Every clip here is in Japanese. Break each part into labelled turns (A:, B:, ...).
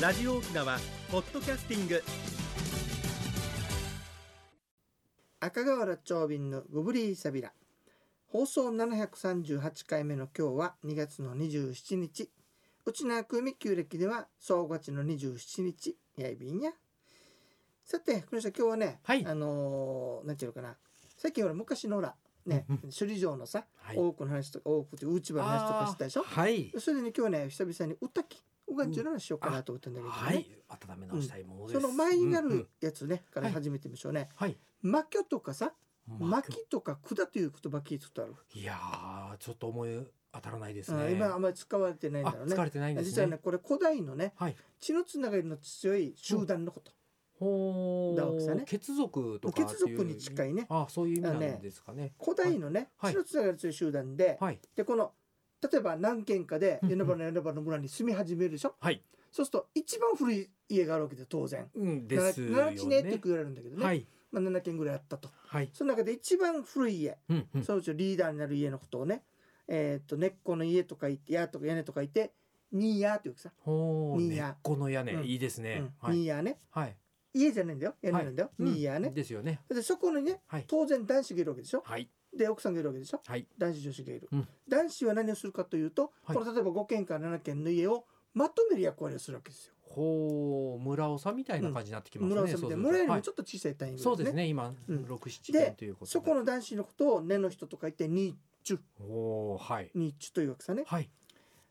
A: ラジオ沖縄ポッドキャスティング
B: 赤瓦長瓶のグブリーサビラ放送738回目の今日は2月の27日うちなくみ旧暦では総合地の27日やいびんやさて国吉さん今日はね、
A: はい
B: あのーなんていうのかな最近ほら昔のほらね、
A: うん
B: 首里城のさ、
A: はい
B: 多くの話とか多くて内場の話とかしたでしょ
A: はい
B: それでね今日ね久々に歌きうがんちゅうの話しようかなと思ったんだけどね、
A: はい温め直したいものです、
B: その前にな
A: うんうん
B: るやつね、から
A: はい
B: 始めてみましょうね。
A: はい
B: 魔去とかさ、
A: まあ
B: 巻きとか管という言葉聞いたことある。
A: いやーちょっと思い当たらないです
B: あ
A: ね
B: 今あんまり使われてないんだ
A: あ
B: ろうね
A: 疲。れてないんです
B: 実はね
A: ね
B: これ古代のね
A: はい
B: 血のつながりの強い集団のこと。
A: ほ
B: だわけ
A: ー
B: さね
A: 血族とかっていう
B: 血族に近いね
A: あそういう意味なん
B: あね
A: ですかね
B: 古代のね、
A: はい
B: 血のつながりの強い集団で、
A: はい
B: でこの例えば何軒かで
A: うん
B: ヨナバのヨナバの村に住み始めるでしょ。
A: はい
B: そうすると一番古い家があるわけで当然。
A: うんで
B: 七
A: すよ
B: 地ねって
A: ね
B: よく言われるんだけどね、
A: はい
B: まあ7軒ぐらいあったと
A: はい
B: その中で一番古い家、
A: うんうん
B: そのうちのリーダーになる家のことをね、えーっと根っこの家とか言ってやとか屋根とか言ってニーヤーっていうさ、
A: ほう
B: ニー
A: 根っ
B: ヤ
A: この屋根、
B: うん
A: いいです
B: う
A: ね
B: ん、
A: はい
B: ニーヤーね
A: はい
B: 家じゃないんだよ屋根なんだよ、
A: うん
B: ニーヤーね、
A: ですよね
B: でそこにね
A: はい
B: 当然男子がいるわけでしょ
A: はい
B: で奥さんがいるわけでしょ
A: はい
B: 男子女子がいる、
A: うん
B: 男子は何をするかというと、
A: はい
B: この例えば5軒から7軒の家をまとめる役割をするわけですよ
A: ほう村長みたいな感じになってきますね、
B: 村を
A: そ
B: 攻
A: うす
B: めて
A: ると
B: 村より
A: は
B: も
A: い
B: ちょっと小さい単位ぐらい
A: そうですね今
B: うん
A: 六七
B: で
A: 点ということで
B: そこの男子のことを根の人とか言ってニーチュ
A: おーはい
B: ニーチュというわけさね
A: はい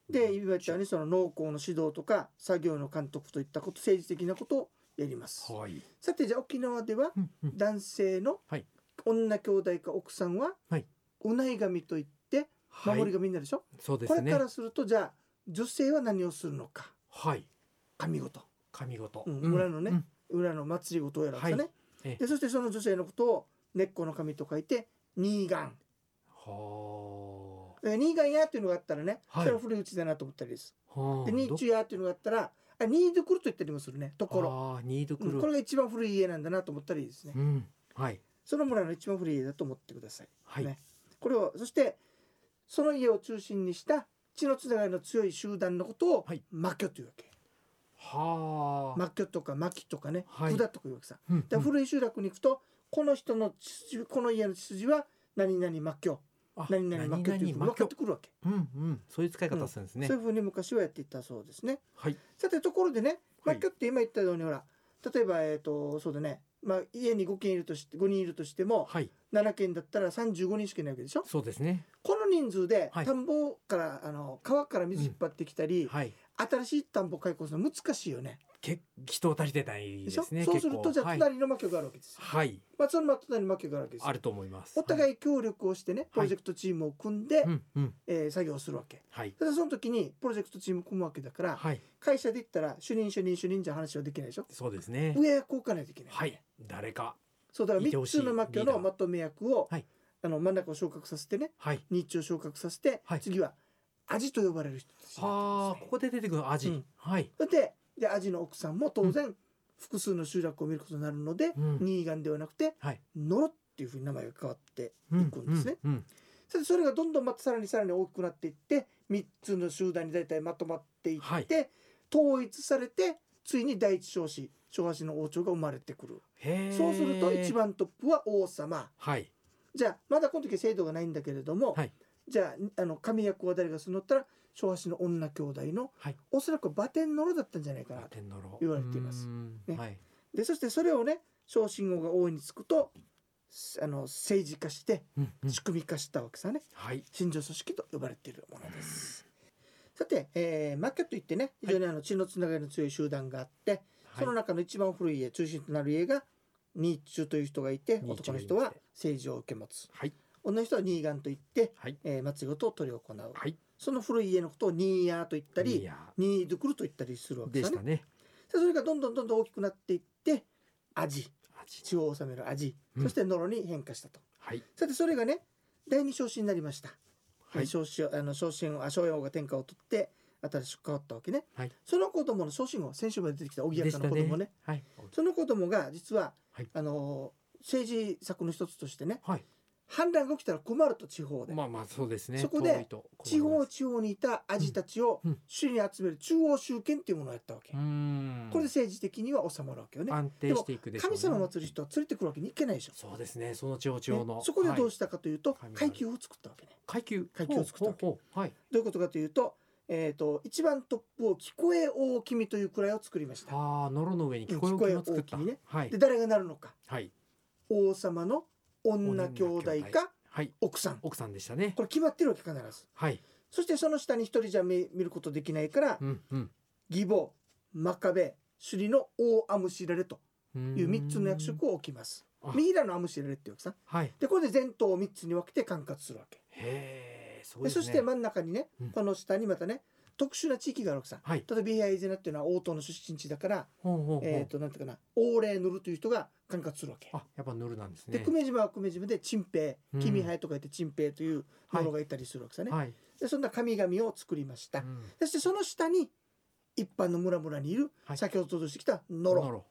B: でいわゆるねその農耕の指導とか作業の監督といったこと政治的なことをやります
A: はい
B: さてじゃあ沖縄では
A: うんうん
B: 男性の
A: はい
B: 女兄弟か奥さんは
A: はい
B: おない神といって
A: はい
B: 守り神になるでしょ、
A: そうで
B: こ
A: す
B: れ
A: ね
B: からするとじゃあ女性は何をするのか
A: はい
B: 神事
A: 神事、
B: うん村のね
A: うん
B: 裏の祭り事をやるんですよね、
A: はええ
B: でそしてその女性のことを根っこの神と書いてニーガン
A: は
B: えーニーガンやっていうのがあったらね、
A: はい
B: それは古い家だなと思ったりです
A: あはあ
B: でニー
A: ど
B: チュやっていうのがあったらあニードゥクルと言ったりもするねところ
A: あーニードク
B: う
A: ル
B: んこれが一番古い家なんだなと思ったらいいですね、
A: うんはい
B: その村の一番古い家だと思ってください
A: はい、
B: ねこれをそしてその家を中心にした血のつながりの強い集団のことを
A: はい
B: 魔居というわけ、
A: はあ、
B: 魔居とか巻とかね、
A: はい
B: 管とかいうわけさ
A: うん
B: だから古い集落に行くとこの人の血筋この家の血筋は何々魔居
A: あ
B: 何々魔居というふうに分かってくるわけ、
A: うんうんそういう使い方するんですね、
B: そういうふうに昔はやっていたそうですね
A: はい
B: さてところでね
A: は
B: 魔
A: い
B: 居って今言ったようにほら例えばえっ、とそうだねまあ家に5軒いるとして5人いるとしても
A: はい
B: 7軒だったら35人しかいないわけでしょ
A: そうですね
B: この人数で
A: はい
B: 田んぼから、あの川から水引っ張ってきたり、
A: はい
B: 新しい田んぼ開墾するの難しいよね。
A: け人を足りてない
B: で
A: で
B: しょ
A: すね
B: そうするとじゃあ
A: はい、
B: 隣の魔境があるわけですよ。
A: はい、
B: まあそのまあ隣の魔境があるわけです
A: あ
B: よ。
A: ると思います
B: お
A: はい
B: 互い協力をしてねプロジェクトチームを組んで、
A: うんうん
B: えー作業するわけ。
A: はい
B: ただその時にプロジェクトチーム組むわけだから、
A: はい
B: 会社で言ったら主任主任主任じゃ話はできないでしょ。
A: そうですね
B: 上役を置かないといけない。
A: はい誰か
B: そうだから
A: いてほ
B: 3
A: しい
B: つの魔境
A: リーダ
B: の
A: ー
B: まとめ役を、
A: はい
B: あの真ん中を昇格させてね
A: はい
B: 日中を昇格させて、
A: はい
B: 次は味と呼ばれる人たちになってますね
A: はあここで出てくる味、
B: うん
A: はい
B: そしてでアジの奥さんも当然複数の集落を見ることになるので、
A: うん
B: ニーガンではなくて
A: はい
B: ノロっていうふうに名前が変わって
A: うん
B: 行くんですね
A: うんうん
B: それでそれがどんどんまたさらにさらに大きくなっていって3つの集団に大体まとまっていって、
A: はい
B: 統一されてついに第一少子小子の王朝が生まれてくる、
A: へえ
B: そうすると一番トップは王様
A: はい
B: じゃあまだこの時は制度がないんだけれども、
A: はい
B: じゃああの神役は誰がするのって言ったら小子の女兄弟の、
A: はい
B: おそらくバテンノロだったんじゃないかなと。
A: 天のろ
B: 言われていますね
A: はい
B: でそしてそれをね小信号が王につくとすあの政治化して
A: うんうん
B: 仕組み化したわけさね
A: はい
B: 信条組織と呼ばれているものです。さて、えー、マッキャといってね非常にあの血のつながりの強い集団があって、そ
A: は
B: の
A: い
B: 中の一番古い家中心となる家がニーチュという人がいて
A: ニーチ
B: 男
A: ュが
B: の
A: いまして
B: 人は政治を受け持つ
A: はい
B: 女の人はニーガンといって、
A: はい
B: えー、祭り事を執り行う
A: はい
B: その古い家のことをニーヤーと言った
A: い
B: り
A: や
B: ニードゥクルと言ったりするわけ
A: で
B: さ
A: し
B: ね
A: たね
B: それがどんどんどんどん大きくなっていってアジ
A: 味
B: 地方を治める味、
A: うん
B: そしてノロに変化したと
A: はい
B: さてそれがね第二昇進になりました、
A: は
B: はいい、昇進あの昇進あ昇進王が天下を取って新しく変わったわけね、
A: はい
B: その子供の昇進王先週まで出てきた荻
A: で
B: 原
A: し
B: さん
A: た
B: の子供ね
A: はい
B: その子供が実は、
A: はい
B: あのー政治策の一つとしてね
A: はい
B: 氾濫が起きたら困ると地方で、
A: まあまあそうですね
B: そこで
A: 遠いと
B: 地
A: 困り
B: 方
A: ます
B: 地方にいたアジたちを
A: うんうん
B: 首に集める中央集権っていうものをやったわけ、
A: うーん
B: これで政治的には収まるわけよね
A: 安定していくでしょうね
B: 神様を祀る人は連れてくるわけにいけないでしょ
A: そうですねその地方地方の、
B: ねそこでどう
A: し
B: したかというと、
A: はい
B: 階級を作ったわけね
A: 階級
B: 階級を作ったわけ
A: ほうほうほうはい
B: どういうことかというと,、えー、と一番トップを聞こえ大君という位を作りました
A: ああノロの上に聞こえ
B: うん
A: を
B: 聞こえ
A: を作った、
B: 大きいね
A: はい
B: で誰がなるのか
A: はい
B: 王様の女兄弟
A: 女兄弟
B: か
A: はい
B: 奥さん
A: 奥さんでしたね
B: これ決まってるわけ必ず
A: はい
B: そしてその下に一人じゃ見見ることできないから、
A: うんうん
B: 義母真壁首里の王アムシラレと
A: うーん
B: いう三つの役職を置きます
A: あ
B: 右らのアムシラレっていうわけさ
A: はい
B: でこれで全党を三つに分けて管轄するわけ
A: へえす
B: で
A: ごいです
B: そ
A: ね
B: して真ん中にね、
A: うん
B: この下にまたね特殊な地域があるわけさ
A: はい
B: 例えばビヘアイゼナっていうのは王党の出身地だから、
A: ほうほうほう
B: えっ、となんていうかな王霊塗るという人が管轄するわけ、
A: あやっぱ塗るなんです
B: で
A: ね
B: 久米島は久米島で陳平
A: うん
B: 君ハイと書いて陳平というものがいたりするわけさね、
A: はい、
B: でそんな神々を作りました、
A: うん
B: そしてその下に一般の村々にいる、
A: はい
B: 先ほど登場してきたノロ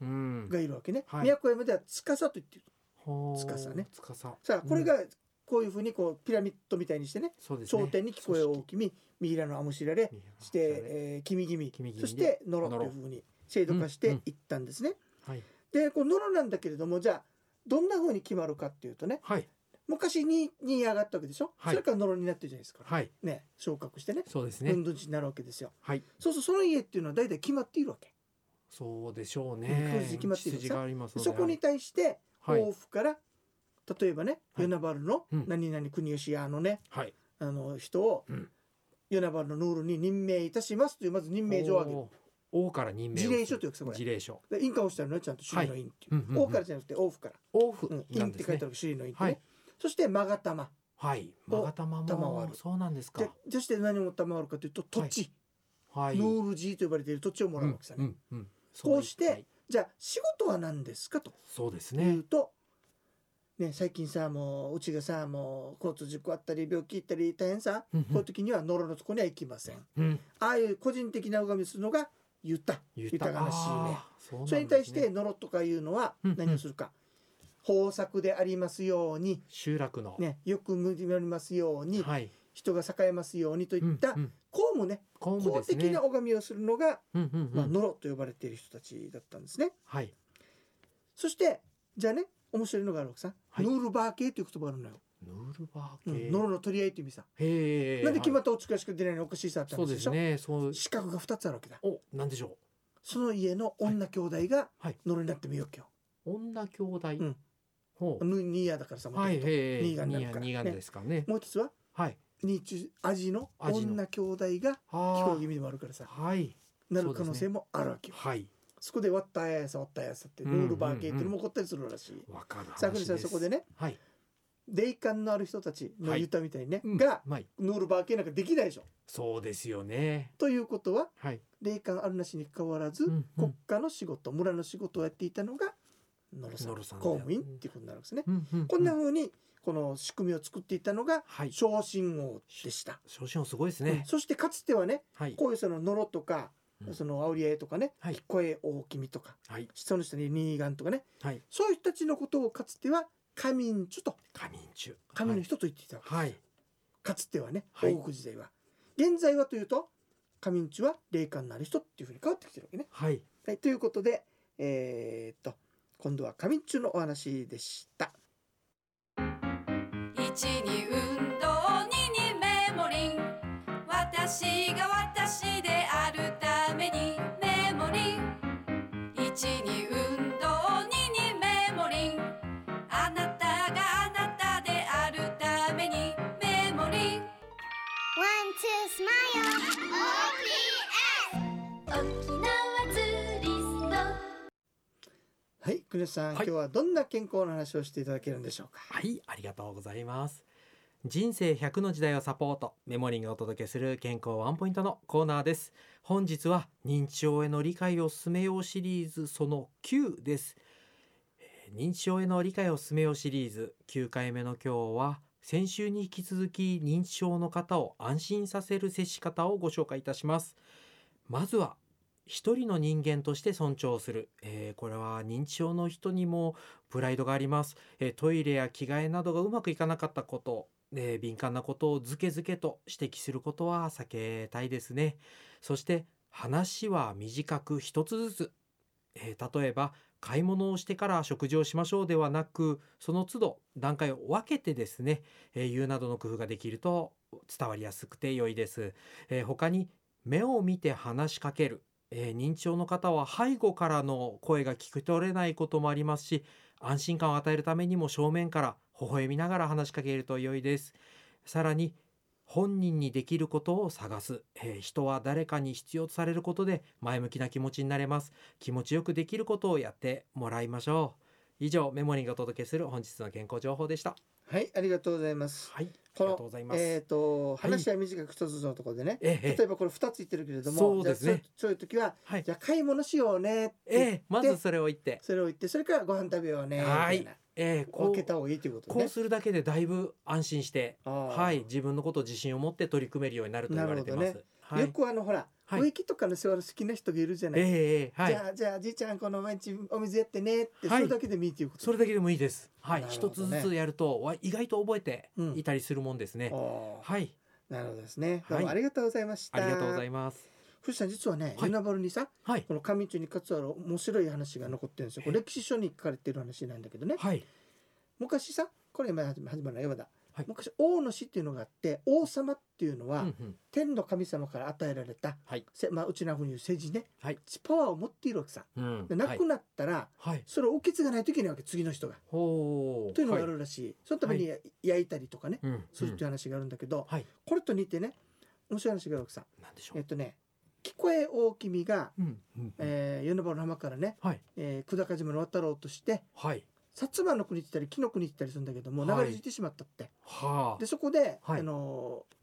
A: うん
B: がいるわけね、
A: はい
B: 宮古山では司と言ってる
A: ほう
B: 司ね
A: 司
B: さあこれがこういうふうにこうピラミッドみたいにしてね
A: そうですね
B: 頂点に聞こえを置きみ右らのアムシラレ
A: 見えます
B: して、
A: ね
B: えー、君君
A: 君君で
B: そしてノロというふうに制度化していったんですね。
A: はい
B: でこのノロなんだけれどもじゃあどんなふうに決まるかっていうとね
A: はい
B: 昔にに上がったわけでしょ、
A: はい
B: それからノロになってるじゃないですか、
A: はい
B: ね昇格してね
A: そうですね
B: 分分地になるわけですよ。
A: はい
B: そうそうその家っていうのは大体決まっているわけ。
A: そうでしょう
B: うん
A: ね
B: 数字決まっている
A: 筋がありますので
B: そこに対して
A: はい
B: 王府から、例えばね
A: はい
B: 与那原の
A: うん
B: 何々国吉屋のね
A: はい
B: あの人を
A: うん
B: 与那原のノールに任命いたしますというまず任命状を挙げる。
A: おー王から任命をする
B: 事例書というやつこれ
A: 事例書
B: で印鑑を押したらねちゃんと首里の印っていう、
A: はいうんうんうん
B: 王からじゃなくて王府から、
A: 王府
B: うん、
A: な
B: 印
A: ん
B: っ
A: で
B: て
A: す
B: 書い
A: ね
B: てある首里の印って
A: は
B: ね、
A: い
B: そしてマガタマ
A: はい
B: お
A: 勾玉
B: 玉はあ
A: も
B: る
A: そうなんですか
B: でそして何を賜るかというと土地、
A: はい
B: ノール G と呼ばれている土地をもらうわけさね、
A: うんうんうん
B: こうして
A: そうですね
B: じゃあ仕事は何ですかと
A: そうです
B: 言
A: ね
B: うと、ね、最近さもううちがさもう交通事故あったり病気行ったり大変さ、
A: うん
B: こういう時にはノロのとこには行きません
A: うん
B: ああいう個人的な拝みするのがユタ豊かな使命
A: あーうなんですね
B: それに対してノロとかいうのは
A: うんうん
B: 何をするか、豊作でありますように、
A: 集落の
B: ね、よくむりますように、
A: はい
B: 人が栄えますようにといった、
A: うんうん
B: こうもね
A: 公務
B: 公
A: ですね
B: 的な拝みをするのが、
A: うんうんうん
B: まあ、ノロと呼ばれている人たちだったんですね。
A: はい
B: そしてじゃあね面白いのがあるわけさ、
A: はい
B: ノールバー系という言葉があるのよ、
A: ヌールバ
B: う
A: ー
B: ん
A: 系
B: ノロの取り合いという意味さ、
A: へえ
B: なんで決ま
A: っ
B: ったお力しか出ないのおかしいさって
A: そう
B: 話
A: で
B: ですしょ、
A: ねそう
B: 資格が2つあるわけだ
A: おなんでしょ
B: その家の女兄弟が
A: はい
B: ノロになってもいいわけよ、
A: う女兄弟
B: ん
A: ほう
B: ヌニーヤだからさ、
A: はい
B: 元々
A: へえ
B: ニーガンになるから
A: ニーガン
B: ね
A: ですかね
B: もう一つは
A: はい
B: ニーチュアジの
A: アジの
B: 女兄弟が聞こ
A: あ
B: え気味でもあるからさ
A: あはい
B: なる可能性もあるわけよそ,、
A: はい
B: こで割ったあやさ割ったあやさってノールバー系っていうのも起こったりするらしい、
A: わかる話です
B: さあ古さんそこでね
A: はい
B: 霊感のある人たちの
A: はい
B: 言ったみたいにね、
A: うん
B: が
A: はい
B: ノールバー系なんかできないでしょ
A: そうですよね
B: ということは
A: はい
B: 霊感あるなしに関わらず、
A: うんう
B: 国
A: ん
B: 家の仕事村の仕事をやっていたのが野呂さん
A: 野呂さんで
B: 公務員っていうことになるんですね、
A: うんうん
B: こんな風にこの仕組みを作っていたのが
A: はい
B: 昇進王でした、
A: 昇進王すごいです
B: うん
A: ね
B: そしてかつてはね
A: はい
B: こういうその野呂とか、
A: うん
B: そのアオリエとかね、
A: はい
B: 声大きみとか
A: はい
B: その人にニーガンとかね
A: はい
B: そういう人たちのことをかつては神民主と
A: 仮眠中
B: 神の人と言っていた、
A: はい
B: かつてはね
A: はい
B: 王国時代は、現在はというと神民主は霊感のある人っていうふうに変わってきてるわけね
A: はい
B: はい、ということで、えーっと、今度は神中のお話でした。
C: 一に運動二にメモリン私が私であるためにメモリン一に運動二にメモリンあなたがあなたであるためにメモリン
D: One, two, smile. OPS! 沖縄ツーリスト。
B: はい、国吉さん、
A: い
B: 今日はどんな健康の話をしていただけるんでしょうか。
A: はい、ありがとうございます。人生100の時代をサポート、メモリーがお届けする健康ワンポイントのコーナーです。本日は認知症への理解を進めようシリーズその9です。えー認知症への理解を進めようシリーズ9回目の今日は、先週に引き続き認知症の方を安心させる接し方をご紹介いたします。まずは、一人の人間として尊重する、えーこれは認知症の人にもプライドがあります、えートイレや着替えなどがうまくいかなかったこと、えー敏感なことをずけずけと指摘することは避けたいですねそして話は短く一つずつ、えー例えば買い物をしてから食事をしましょうではなくその都度段階を分けてですね、えー言うなどの工夫ができると伝わりやすくて良いです、えー他に目を見て話しかける、えー認知症の方は背後からの声が聞き取れないこともありますし安心感を与えるためにも正面から微笑みながら話しかけると良いですさらに本人にできることを探す、えー人は誰かに必要とされることで前向きな気持ちになれます気持ちよくできることをやってもらいましょう以上メモリーがお届けする本日の健康情報でした
B: はい、ありがとうございます。
A: はいあり
B: この
A: がとうございます、
B: えっ、と、
A: い
B: 話は短く一つのところでね、
A: ええ
B: 例えばこれ二つ言ってるけれども、
A: そうですね
B: じゃあそうそういう時は、
A: はい
B: じゃあ買い物しようねって
A: え
B: 言って、
A: えまずそれを言って
B: それを言って、それからご飯食べようねみ
A: は
B: た
A: い
B: いな、
A: ええこ
B: 分け
A: う
B: た方がいいということ
A: こ
B: ね。
A: うするだけでだいぶ安心して
B: あー
A: はい自分のことを自信を持って取り組めるようになると言われてま
B: な
A: す、
B: る
A: はい
B: よくあのほら、
A: はい
B: 植木とかの世話の好きな人がいるじゃない。
A: ええええは
B: じ
A: い
B: ゃあじゃあじいちゃんこの毎日お水やってねって、
A: はい
B: それだけでもいいということ。
A: それだけでもいいですはい
B: なるほ
A: 一、
B: ど
A: つ
B: ね
A: ずつやるとわ意外と覚えて
B: うん
A: いたりするもんですね、
B: ああ
A: はい
B: なるほどですね。どう
A: はい
B: もありがとうございました。
A: ありがとうござ
B: ま
A: います
B: す。藤さん実はね、
A: はい
B: ユナバルにさ、
A: はい
B: この上中にかつある面白い話が残ってるんですよ。これ歴史書に書かれてる話なんだけどね。
A: はい
B: 昔さ、これ今始ま始まるのよまだ
A: はい。
B: 昔王の死っていうのがあって、王様っていうの
A: う
B: は、
A: んうん
B: 天の神様から与えられた、
A: はい
B: せまあうちなふうに言う政治ね、
A: はい
B: パワーを持っているわけさ。
A: うん
B: でなくなったら、
A: はい、はい、
B: それを受け継がないといけないわけ次の人が。
A: ほう
B: というのがあるらしい、そのために焼いたりとかね、
A: はいうん
B: そういうって
A: うん
B: 話があるんだけど、
A: はい
B: これと似てね面白い話があるわけさ
A: なんでしょ
B: えっ
A: う
B: とね聞こえ大君が、
A: うんうんうん
B: えー、米原の浜からね、
A: はい
B: えー、久高島に渡ろうとして
A: はい
B: 薩摩の国行ったり紀の国行ったりするんだけども
A: はい
B: 流れ着いてしまったって、
A: は
B: でそこで、
A: はい
B: あのー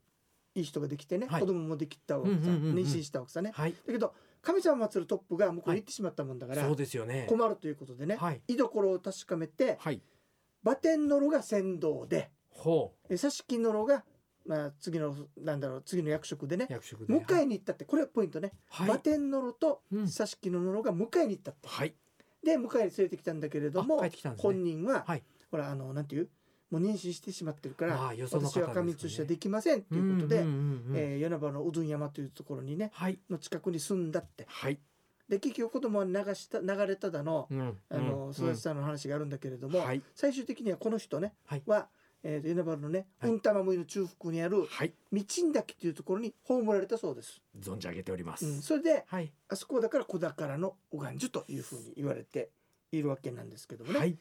B: いい人ができてね、
A: はい
B: 子供もできたわけさ、
A: うんうんうんうん
B: 妊娠したわけさね
A: あはい
B: だけど神様を祀るトップが向こうに行ってしまったもんだから、
A: そうですよね
B: 困るということでね、
A: はい
B: 居所を確かめて
A: はい
B: 馬天の炉が船頭で
A: ほう
B: え佐敷の炉が、まあ、次のなんだろう次の役職でね
A: 役職で
B: 迎えに行ったってこれポイントね、
A: はい
B: 馬天の炉と
A: うん
B: 佐敷の炉が迎えに行ったって、
A: はい
B: で迎えに連れてきたんだけれども、
A: あ帰ってきたんですね
B: 本人は、
A: はい
B: ほらあのなんていうもう妊娠してしまってるから、
A: ああよその方
B: 私は上
A: です
B: 通
A: ね
B: しはできませんっていうこと
A: ん
B: で、
A: んうんうん
B: えー与那原のうどん山というところにね
A: はい
B: の近くに住んだって
A: はい
B: で結局子供は流した流れただの、
A: うん
B: あの
A: うん
B: 育てたの話があるんだけれども、
A: はい
B: 最終的にはこの人ね
A: はい
B: は、えーと、ユナバルのね、
A: はい
B: うんたまむいの中腹にある
A: はい
B: 道んだけというところに葬られたそうです、
A: 存じ上げておりま
B: う
A: す、
B: ん、それで
A: はい
B: あそこはだから子宝のおがんじゅというふうに言われているわけなんですけどもね、
A: はい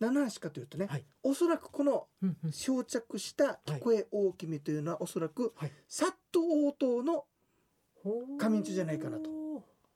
B: 何の話かというとね、
A: はい
B: おそらくこの
A: うんうん
B: 漂着した聞こえ大君というのはおそらく
A: はい
B: サッと応答の
A: 仮
B: 仮
A: 眠
B: 眠
A: 中
B: 中
A: じ
B: じ
A: ゃ
B: ゃ
A: な
B: ないい
A: か
B: か
A: な
B: な
A: と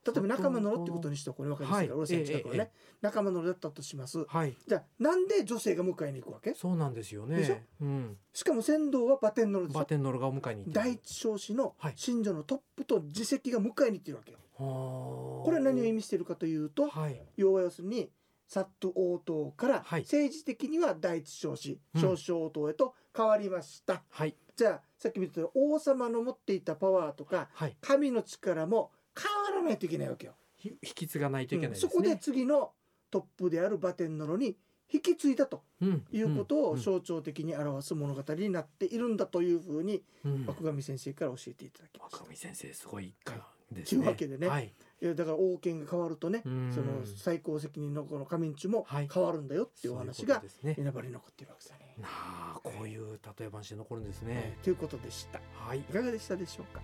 B: と。例えば仲間のろってこと
A: に。
B: にしてはこれ分かりますから、
A: はい
B: 俺たち近くのね、
A: えええ
B: 仲間のろだったとします
A: はい、
B: じゃあなんで女性が迎えに行くわけ
A: そうなんですよね。
B: でしょ
A: うん、
B: しかも船頭は馬天のろでしょ
A: バテンノルがお迎えに行ってる。
B: 第一少子の
A: はい
B: 信者のトップと自責が迎えに行ってるわけよ。
A: こ
B: これは何を意味しているかというと
A: はい、
B: 要は要するにサッと応答から
A: はい
B: 政治的には第一少子
A: うん
B: 少子応答へと変わりました。
A: はい、
B: じゃあさっき見たように王様の持っていたパワーとか
A: はい、
B: 神の力も変わらないといけないわけよ。
A: ひ引き継がないといけない
B: うん
A: です
B: そ
A: ね。
B: こで次のトップである馬天の炉に引き継いだと
A: うん、
B: いうことを
A: うん
B: 象徴的に表す物語になっているんだというふうに
A: うん、
B: 枠上先生から教えていただきました
A: 若。見先生すごい一
B: はい
A: 家です
B: と
A: ね。
B: いうわけでね
A: はい、
B: いやだから王権が変わるとね
A: う
B: そ
A: ん
B: の最高責任のこの上んちも
A: はい
B: 変わるんだよっていうお
A: そうい
B: 話が
A: うことですね。
B: 稲葉に残っているわけですよね。
A: なあ、こういう例え話で残るんです
B: え
A: ね。
B: ーということでした。
A: はい
B: い、かがでしたでしょうか。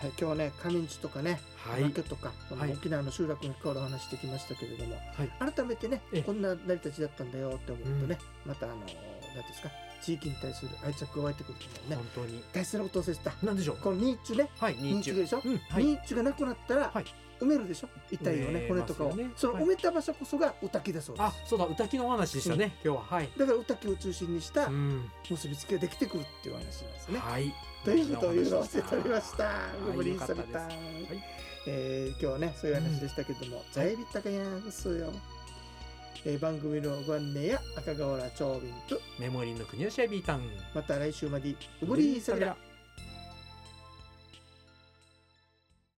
B: はい、今日はね上んちとかね
A: は
B: 竹
A: い、
B: とか、その
A: はい
B: 沖縄の集落に関わるお話してきましたけれども、
A: はい
B: 改めてね
A: ええ
B: こんな成り立ちだったんだよって思うとね、またあの何ていうんですか地域に対する愛着が湧いてくると思うね。
A: 本当に。
B: 大切なことを忘れてた。
A: なんでしょう。
B: この日中ね
A: はい、認
B: 認
A: 知
B: 知でしょ
A: うん、はい、
B: ニーチュがなくなったら
A: はい
B: 埋めるでしょ痛いよ
A: 埋
B: ね
A: め
B: 骨
A: ます
B: と
A: よ
B: かを
A: ね
B: その
A: はい
B: 埋めた場所こそがおたきだそうで
A: あ
B: す、
A: そうだ、歌きのお話でしたね。今日は、はい。
B: だからおたきを中心にした
A: うん、
B: 結びつきができてくるっていうお話なんですね
A: はい。
B: ということを言うのを忘れておりました
A: はい
B: ごめんなさい
A: よかったですはい
B: えー今日はねそういう話でしたけども在日高やんすよえー番組のご案内や赤瓦長瓶と
A: メモリーの国吉エビータン。
B: また来週までうぶりーさびら